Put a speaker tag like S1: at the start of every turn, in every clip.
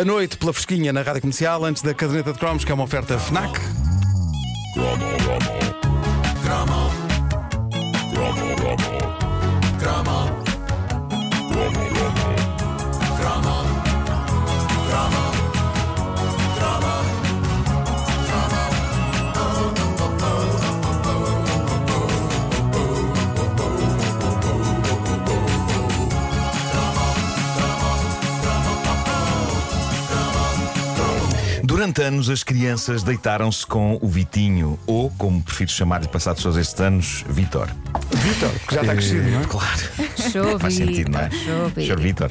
S1: A noite pela fresquinha na rádio comercial, antes da caderneta de cromos, que é uma oferta Fnac.
S2: Durante anos, as crianças deitaram-se com o Vitinho, ou, como prefiro chamar-lhe, passados todos estes anos, Vitor.
S1: Vitor, Então, que já está crescido, não é?
S2: Claro.
S3: Show,
S2: Faz sentido, não é? Sr. Vítor.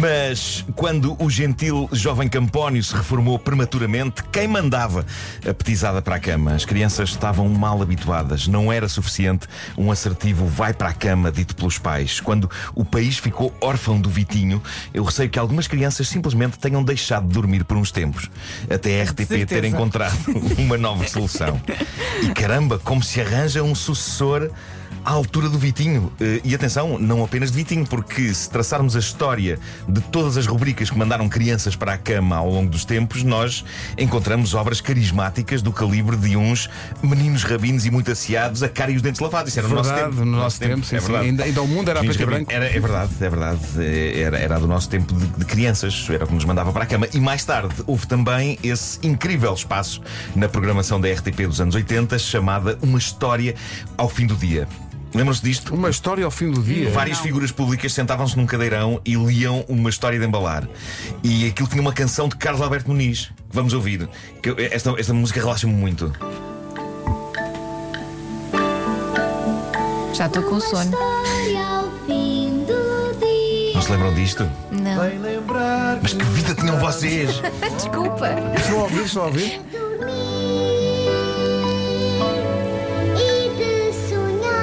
S2: Mas quando o gentil jovem Campónio se reformou prematuramente, quem mandava a petizada para a cama? As crianças estavam mal habituadas. Não era suficiente um assertivo vai para a cama dito pelos pais. Quando o país ficou órfão do Vitinho, eu receio que algumas crianças simplesmente tenham deixado de dormir por uns tempos. Até a RTP ter
S4: certeza.
S2: encontrado uma nova solução. E caramba, como se arranja um sucessor à altura do Vitinho. Eh, E atenção, não apenas de Vitinho, porque se traçarmos a história de todas as rubricas que mandaram crianças para a cama ao longo dos tempos, nós encontramos obras carismáticas do calibre de uns meninos rabinos e muito asseados a cara e os dentes lavados. Isso era no nosso
S1: Verdade,
S2: tempo.
S1: no nosso tempo, sim,
S2: é
S1: sim.
S2: verdade.
S1: Ainda, ainda o mundo era a preto e
S2: Meninos
S1: branco.
S2: Era, é verdade, é verdade. Eh, Era, era do nosso tempo de, de crianças, era o que nos mandava para a cama. E mais tarde houve também esse incrível espaço na programação da RTP dos anos 80, chamada Uma História ao Fim do Dia. Lembram-se disto?
S1: Uma história ao fim do dia.
S2: Várias figuras públicas sentavam-se num cadeirão e liam uma história de embalar. E aquilo tinha uma canção de Carlos Alberto Muniz, que vamos ouvir. Que eu- esta, esta música relaxa-me muito.
S3: Já estou com sono.
S5: História ao fim do dia.
S2: Não se lembram disto?
S3: Não.
S2: Mas que vida tinham vocês!
S3: Desculpa.
S1: Estão a ouvir, estão a ouvir?
S5: E de sonhar.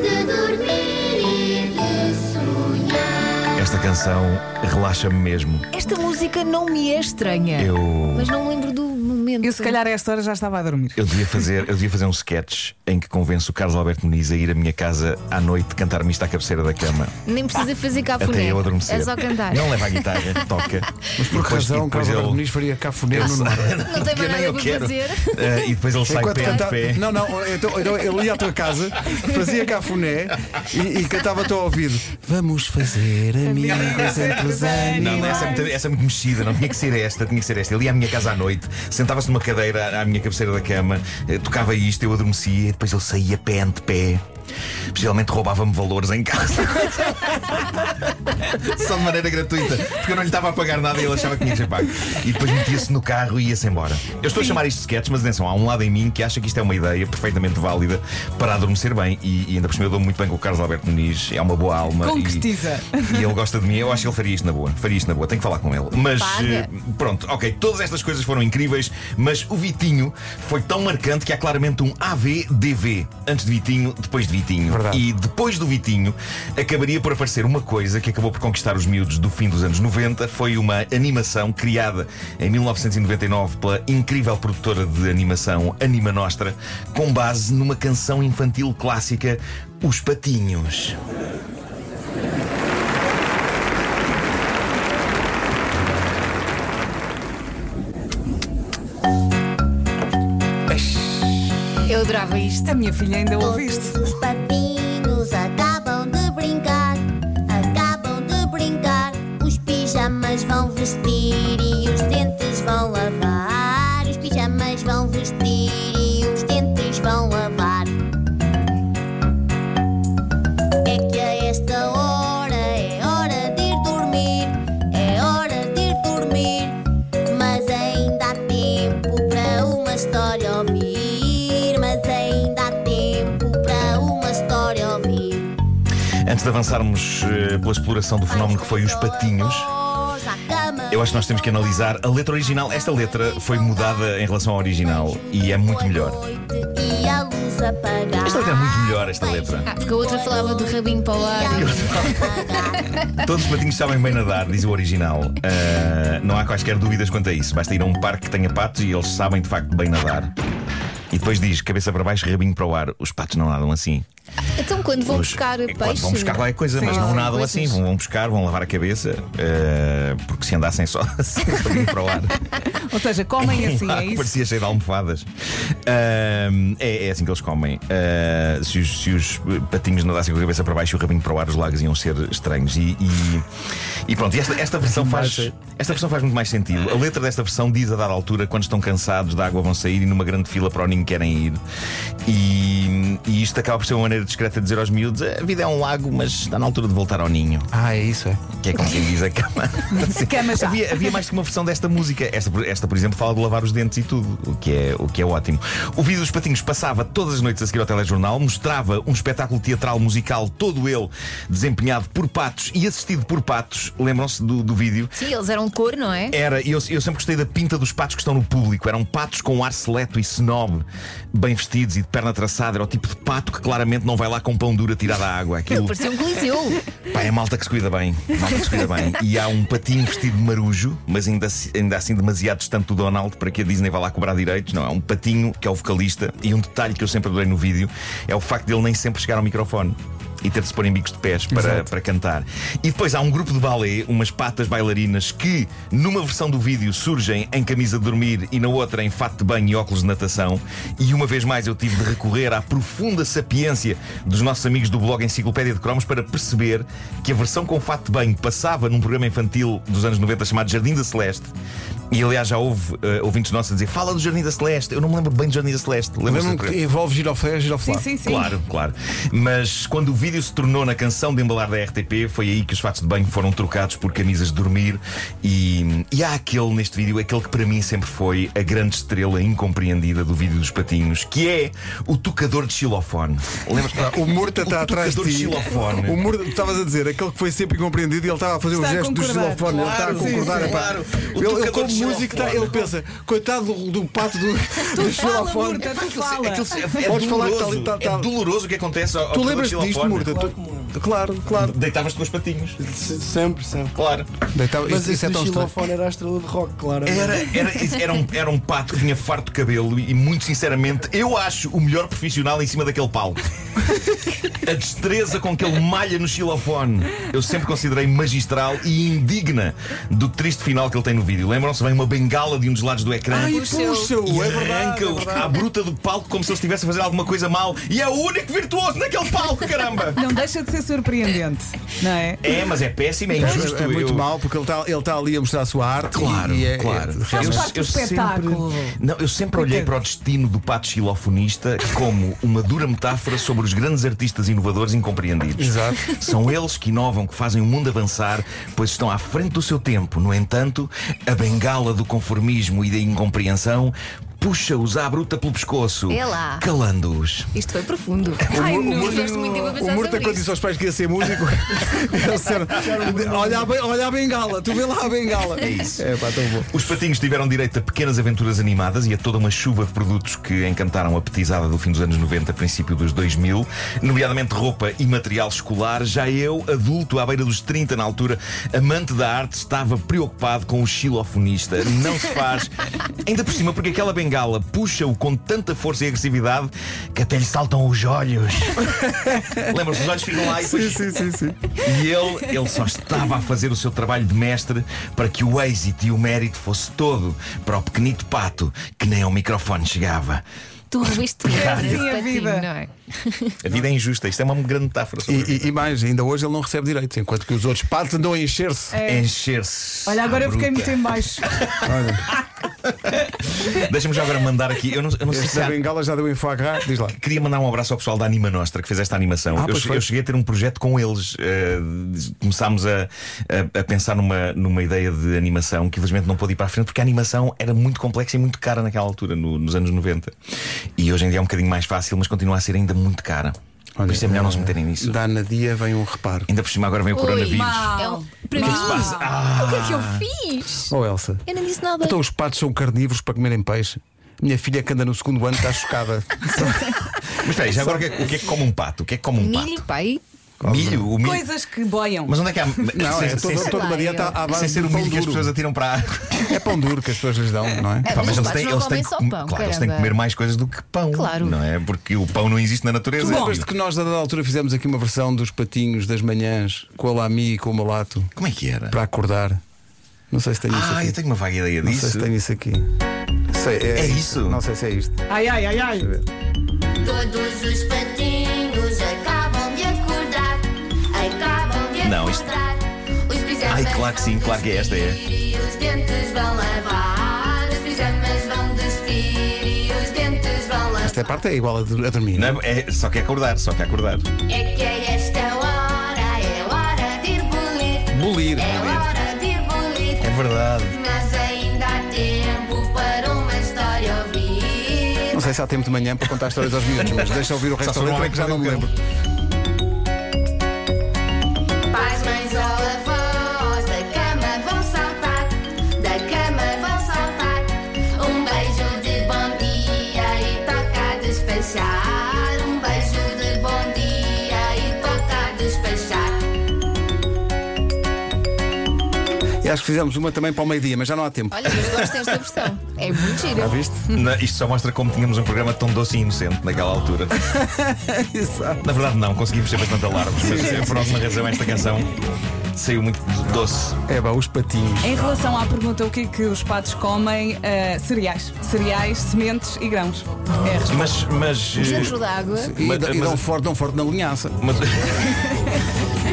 S5: De dormir e de sonhar.
S2: Esta canção relaxa-me mesmo.
S3: Esta música não me é estranha.
S2: Eu.
S3: Mas não me lembro do momento.
S4: Eu, se calhar, a esta hora já estava a dormir.
S2: Eu devia, fazer, eu devia fazer um sketch em que convenço o Carlos Alberto Muniz a ir à minha casa à noite cantar-me isto à cabeceira da cama.
S3: Nem precisa fazer
S2: Até
S3: cafuné.
S2: eu adormecer.
S3: É só cantar.
S2: Não leva a guitarra, toca. Mas
S1: Por razão, Carlos Alberto Muniz é faria cafuné no número.
S3: Não tem mais
S2: nem
S3: nada
S2: eu
S3: para
S2: quero.
S3: fazer.
S2: Eh, e depois ele sai
S1: Enquanto
S2: pé a
S1: cantava.
S2: pé.
S1: Não, não, então, então ele ia à tua casa, fazia cafuné e, e cantava-te ao ouvido: Vamos fazer amigos entre os
S2: Não, não,
S1: animais.
S2: essa, é muito, essa é muito mexida, não tinha que ser esta, tinha que ser esta. Ele ia à minha casa à noite, sentava-se numa cadeira à minha cabeceira da cama, eh, tocava isto, eu adormecia, e depois ele saía pé ante pé. Possivelmente roubava-me valores em casa. Só de maneira gratuita, porque eu não lhe estava a pagar nada e ele achava que tinha que ser pago. E depois metia-se no carro e ia-se embora. Eu estou a chamar isto de sketch, mas atenção, há um lado em mim que acha que isto é uma ideia perfeitamente válida para adormecer bem. E, e ainda por cima eu dou muito bem com o Carlos Alberto Muniz, é uma boa alma. e-
S4: Concretiza.
S2: e ele gosta de mim, eu acho que ele faria isto na boa. Faria isto na boa, tenho que falar com ele. Mas
S3: Paga.
S2: eh, pronto, ok, todas estas coisas foram incríveis, mas o Vitinho foi tão marcante que há claramente um AVDV. Antes de Vitinho, depois de Vitinho.
S1: Verdade.
S2: E depois do Vitinho, acabaria por aparecer uma coisa que acabou por conquistar os miúdos do fim dos anos 90. Foi uma animação criada em 1999 pela incrível produtora de animação Anima Nostra, com base numa canção infantil clássica, Os Patinhos.
S3: Eu adorava isto.
S4: A minha filha ainda ouviste.
S5: Todos os patinhos acabam de brincar. Acabam de brincar. Os pijamas vão vestir e os dentes vão lavar. Os pijamas vão vestir e os dentes vão lavar. É que a esta hora é hora de ir dormir, é hora de ir dormir. Mas ainda há tempo para uma história ouvir, mas ainda há tempo para uma história ouvir.
S2: Antes de avançarmos eh, pela exploração do fenómeno que foi os patinhos, eu acho que nós temos que analisar a letra original. Esta letra foi mudada em relação à original e é muito melhor. Esta letra é muito melhor, esta letra.
S3: Ah, porque a outra falava do rabinho para o lado.
S2: Todos os patinhos sabem bem nadar, diz o original. Ah, não há quaisquer dúvidas quanto a isso. Basta ir a um parque que tenha patos e eles sabem de facto bem nadar. E depois diz, cabeça para baixo, rabinho para o ar. Os patos não nadam assim.
S3: Então, quando vão
S2: Hoje,
S3: buscar
S2: é
S3: peixe.
S2: quando Vão buscar qualquer coisa,
S4: Sim,
S2: mas não
S4: sim,
S2: nadam
S4: coisas.
S2: assim. Vão, vão buscar, vão lavar a cabeça, eh, porque se andassem só assim para o ar.
S4: Ou seja, comem assim, é isso?
S2: Parecia cheio de almofadas. Ahm, é, é assim que eles comem. Ah, se, os, se os patinhos nadassem com a cabeça para baixo e o rabinho para o ar, os lagos iam ser estranhos. E, e- e pronto, e esta, esta versão faz, esta versão faz muito mais sentido. A letra desta versão diz a dar altura, quando estão cansados da água, vão sair e numa grande fila para o ninho querem ir. E, e isto acaba por ser uma maneira discreta de dizer aos miúdos: a vida é um lago, mas está na altura de voltar ao ninho.
S1: Ah, é isso, é.
S2: Que é como quem diz a cama.
S4: A cama já.
S2: Havia, havia mais que uma versão desta música. Esta, por- esta, por exemplo, fala de lavar os dentes e tudo, o que é, o que é ótimo. O vídeo dos Patinhos passava todas as noites a seguir ao telejornal, mostrava um espetáculo teatral musical, todo ele desempenhado por patos e assistido por patos. Lembram-se do, do vídeo?
S3: Sim, eles eram de cor, não é?
S2: Era, e eu, eu sempre gostei da pinta dos patos que estão no público. Eram patos com ar seleto e snob, bem vestidos e de perna traçada. Era o tipo de pato que claramente não vai lá com pão duro a tirar da água.
S3: Ele
S2: Aquilo
S3: parecia um coliseu.
S2: Pá, é malta que se cuida bem. Malta que se cuida bem. E há um patinho vestido de marujo, mas ainda, assim- ainda assim demasiado distante do Donald para que a Disney vá lá cobrar direitos. Não, é um patinho que é o vocalista. E um detalhe que eu sempre adorei no vídeo é o facto dele nem sempre chegar ao microfone. E ter de se pôr em bicos de pés para, para cantar. E depois há um grupo de balé, umas patas bailarinas, que numa versão do vídeo surgem em camisa de dormir e na outra em fato de banho e óculos de natação. E uma vez mais eu tive de recorrer à profunda sapiência dos nossos amigos do blog Enciclopédia de Cromos para perceber que a versão com fato de banho passava num programa infantil dos anos 90 chamado Jardim da Celeste. E aliás já houve eh, ouvintes nossos a dizer: fala do Jardim da Celeste. Eu não me lembro bem do Jardim da Celeste. Lembro-me
S1: Lembram que envolve giroflé, giroflé.
S4: Sim, sim, sim.
S2: Claro, claro. Mas quando o vídeo se tornou na canção de embalar da RTP, foi aí que os fatos de banho foram trocados por camisas de dormir. E, e há aquele neste vídeo, aquele que para mim sempre foi a grande estrela incompreendida do vídeo dos patinhos, que é o tocador de xilofone. Lembras?
S1: Ah, O Murta está
S2: O
S1: atrás de
S2: tocador de
S1: ti.
S2: xilofone.
S1: O Murta, tu estavas a dizer, aquele que foi sempre incompreendido e ele estava a fazer o
S4: Está a
S1: gesto do
S4: concordar.
S1: xilofone. ele está a
S2: Claro, sim,
S1: concordar.
S2: sim,
S1: epá.
S2: claro. O
S1: Ele, ele
S2: tocador
S1: como
S2: de xilofone.
S1: músico, está- ele pensa, coitado do, do pato do, do
S4: Fala,
S1: xilofone.
S4: Murta, tu fala.
S2: Aquilo se- é,
S1: Podes falar que
S2: doloroso,
S1: está ali, está- está-
S2: é doloroso o que acontece ao, então. ao
S1: Tu
S2: tocador
S1: lembras
S2: de
S1: disto,
S2: xilofone.
S1: Murta? Tu- Claro, claro.
S2: Deitavas-te com os patinhos.
S6: Sempre, sempre.
S2: Claro.
S1: Deitava-
S6: Mas
S1: isso- isso
S6: esse
S1: é
S6: do
S1: tão estranho.
S6: xilofone era a estrela de rock, claro.
S2: Era, era, era, um, era um pato que tinha farto de cabelo e, muito sinceramente, eu acho o melhor profissional em cima daquele palco. A destreza com que ele malha no xilofone, eu sempre considerei magistral e indigna do triste final que ele tem no vídeo. Lembram-se bem uma bengala de um dos lados do ecrã.
S1: Ai,
S3: Puxa-o.
S1: puxa-o,
S2: E
S1: é verdade.
S2: arranca-o à bruta do palco como se ele estivesse a fazer alguma coisa mal. E é o único virtuoso naquele palco, caramba!
S4: Não deixa de ser surpreendente, não é?
S2: É, mas é péssimo, é
S1: É,
S2: injusto.
S1: é muito
S2: eu-
S1: mal porque ele está ele está ali a mostrar a sua arte.
S2: Claro,
S1: e- e é-
S2: claro.
S1: é-
S4: Faz
S2: Eu-
S4: parte do
S2: eu sempre-
S4: espetáculo.
S2: Não, eu sempre olhei para o destino do pato xilofonista como uma dura metáfora sobre os grandes artistas inovadores incompreendidos.
S1: Exato.
S2: São eles que inovam, que fazem o mundo avançar, pois estão à frente do seu tempo. No entanto, a bengala do conformismo e da incompreensão puxa-os à bruta pelo pescoço,
S3: É lá.
S2: calando-os.
S3: Isto foi profundo.
S1: O
S3: Ai,
S1: Mur- o
S3: não,
S1: Murta-
S3: tiveste muito tempo a
S1: O
S3: pensar
S1: Murta,
S3: sobre
S1: quando
S3: isto.
S1: disse aos pais que ia ser músico, eles disseram: olha, a ben- olha a bengala, tu vê lá a bengala.
S2: É isso.
S1: É pá, tão bom.
S2: Os patinhos tiveram direito a pequenas aventuras animadas e a toda uma chuva de produtos que encantaram a petizada do fim dos anos 90, princípio dos 2000, nomeadamente roupa e material escolar. Já eu, adulto, à beira dos 30 na altura, amante da arte, estava preocupado com o xilofonista. Não se faz. Ainda por cima, porque aquela bengala puxa-o com tanta força e agressividade que até lhe saltam os olhos. Lembram-se, os olhos ficam lá e depois
S1: Sim, sim, sim, sim.
S2: e ele, ele só estava a fazer o seu trabalho de mestre para que o êxito e o mérito fosse todo para o pequenito pato que nem ao microfone chegava.
S3: Tu reviste tudo.
S4: É assim
S3: esse
S4: a
S3: patinho,
S4: vida.
S3: não é?
S2: A vida é injusta, isto é uma grande metáfora sobre
S1: E, e- e mais, ainda hoje ele não recebe direitos, enquanto que os outros patos andam a encher-se.
S4: É.
S2: encher-se.
S4: Olha,
S2: à
S4: agora eu
S2: bruta.
S4: fiquei muito em baixo.
S2: Deixa-me já agora mandar aqui. Eu não, eu não sei se
S1: Esta
S2: há-
S1: bengala já deu em foie gras, diz lá.
S2: Queria mandar um abraço ao pessoal da Anima Nostra que fez esta animação.
S1: Ah,
S2: eu,
S1: pois
S2: che-
S1: foi.
S2: eu cheguei a ter um projeto com eles. eh, começámos a, a- a pensar numa, numa ideia de animação que infelizmente não pôde ir para a frente porque a animação era muito complexa e muito cara naquela altura, no- nos anos 90. E hoje em dia é um bocadinho mais fácil, mas continua a ser ainda muito cara. por isso é melhor não se meterem nisso.
S1: Dá na dia vem um reparo.
S2: Ainda por cima agora vem o
S3: Ui,
S2: coronavírus.
S3: é um- para mim, o que é que eu fiz?
S1: Oh Elsa.
S3: Eu não disse nada.
S1: Então os patos são carnívoros para comerem peixe. Minha filha que anda no segundo ano está chocada.
S2: Mas espera aí, já agora o que, é, o que é que come um pato? O que é que come um pato?
S3: Milho, pai.
S2: Milho, o milho.
S4: Coisas que boiam.
S2: Mas onde é que há.
S1: Não, é
S2: sem, sem-
S1: toda, toda uma dieta à à base
S2: sem ser
S1: de
S2: o
S1: pão
S2: milho que as
S1: duro.
S2: pessoas atiram para a água.
S1: É pão duro que as pessoas lhes dão, não é?
S3: É,
S2: Pá,
S3: mas os patos
S2: têm,
S3: não
S2: têm
S3: comem só
S2: que,
S3: pão,
S2: claro, eles têm que
S3: caramba.
S2: comer mais coisas do que pão.
S3: Claro.
S2: Não é? Porque o pão não existe na natureza. é
S1: Tu lembras-te que nós, a dada altura, fizemos aqui uma versão dos patinhos das manhãs com a Lami e com o Malato
S2: Como é que era?
S1: para acordar? Não sei se tem isso
S2: Ah, eu
S1: aqui.
S2: tenho uma vaga ideia
S1: Não sei
S2: disso.
S1: se tem isso aqui. Sei,
S2: É isso?
S1: Não sei se é isto.
S4: Ai, ai, ai, ai.
S5: Todos os patinhos acabam de acordar. Acabam de
S2: Não, isto-
S5: acordar. Os pijamas
S2: Ai, claro que sim,
S5: vão
S2: claro que esta é.
S5: vestir E os dentes vão lavar. Os pijamas vão vestir e os dentes vão lavar.
S1: Esta parte é igual a, dur- a dormir.
S2: Não é? É- só que é acordar, só que é acordar.
S5: É que é esta hora, é hora de ir bolir.
S1: Bolir.
S5: É hora de ir bolir.
S2: É verdade.
S5: Mas ainda há tempo para uma história ouvir.
S1: Não sei se há tempo de manhã para contar histórias aos miúdos, mas deixa eu ouvir o resto
S2: Só
S1: da letra
S2: se for um
S1: que já não me
S2: homem
S1: lembro.
S5: Pais, mães ou avós da cama vão saltar, da cama vão saltar. Um beijo de bom dia e toca a despachar. Um beijo de bom dia e toca a despachar.
S1: E acho que fizemos uma também para o meio-dia, mas já não há tempo.
S3: Olha, mas gosto desta versão. É muito giro.
S1: Viste?
S2: Na- isto só mostra como tínhamos um programa tão doce e inocente naquela altura.
S1: Exato.
S2: Na verdade, não, conseguimos ser bastante alarmes, mas por alguma razão esta canção saiu muito doce.
S1: É, pá, os patinhos.
S4: Em relação à pergunta o que é que os patos comem, ah, cereais. Cereais, sementes e grãos. É a resposta.
S2: Mas. mas eh,
S3: Dentro da água.
S1: E,
S2: Mas-
S1: dão- e
S2: mas-
S1: dão forte, dão forte na linhaça.
S2: Mas,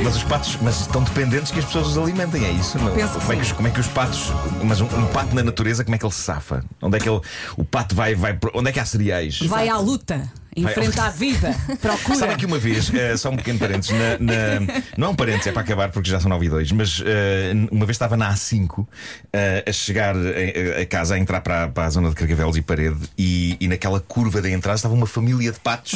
S2: mas os patos mas estão dependentes que as pessoas os alimentem, é isso? Não?
S4: Penso que
S2: como, é que os,
S4: sim.
S2: como é que os patos. Mas um, um pato na natureza, como é que ele se safa? Onde é que ele. O pato vai. vai pro- onde é que há cereais?
S4: Vai à luta, enfrenta a vida,
S2: Sabe
S4: procura.
S2: que uma vez, eh, só um pequeno parênteses, na- na- não é um parênteses, é para acabar porque já são 9 e 2, mas eh, uma vez estava na A5 eh, a chegar eh, a, a casa, a entrar para, para a zona de Carcavelos e Parede, e, e naquela curva da entrada estava uma família de patos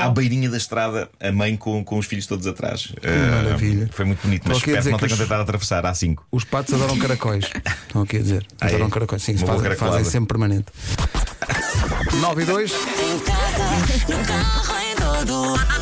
S2: à beirinha da estrada, a mãe com, com os filhos todos atrás. Eh,
S1: maravilha.
S2: Foi muito bonito, mas
S1: Só queria
S2: espero que
S1: dizer
S2: não
S1: que
S2: tenham
S1: os-
S2: tentado atravessar a A5.
S1: Os patos adoram caracóis. Estão aqui a dizer.
S2: Ah, é?
S1: Adoram caracóis. Sim,
S2: Uma boa
S1: fazem,
S2: caracolada.
S1: fazem sempre permanente. 9 e 2.
S7: Em casa, no carro, em todo lado.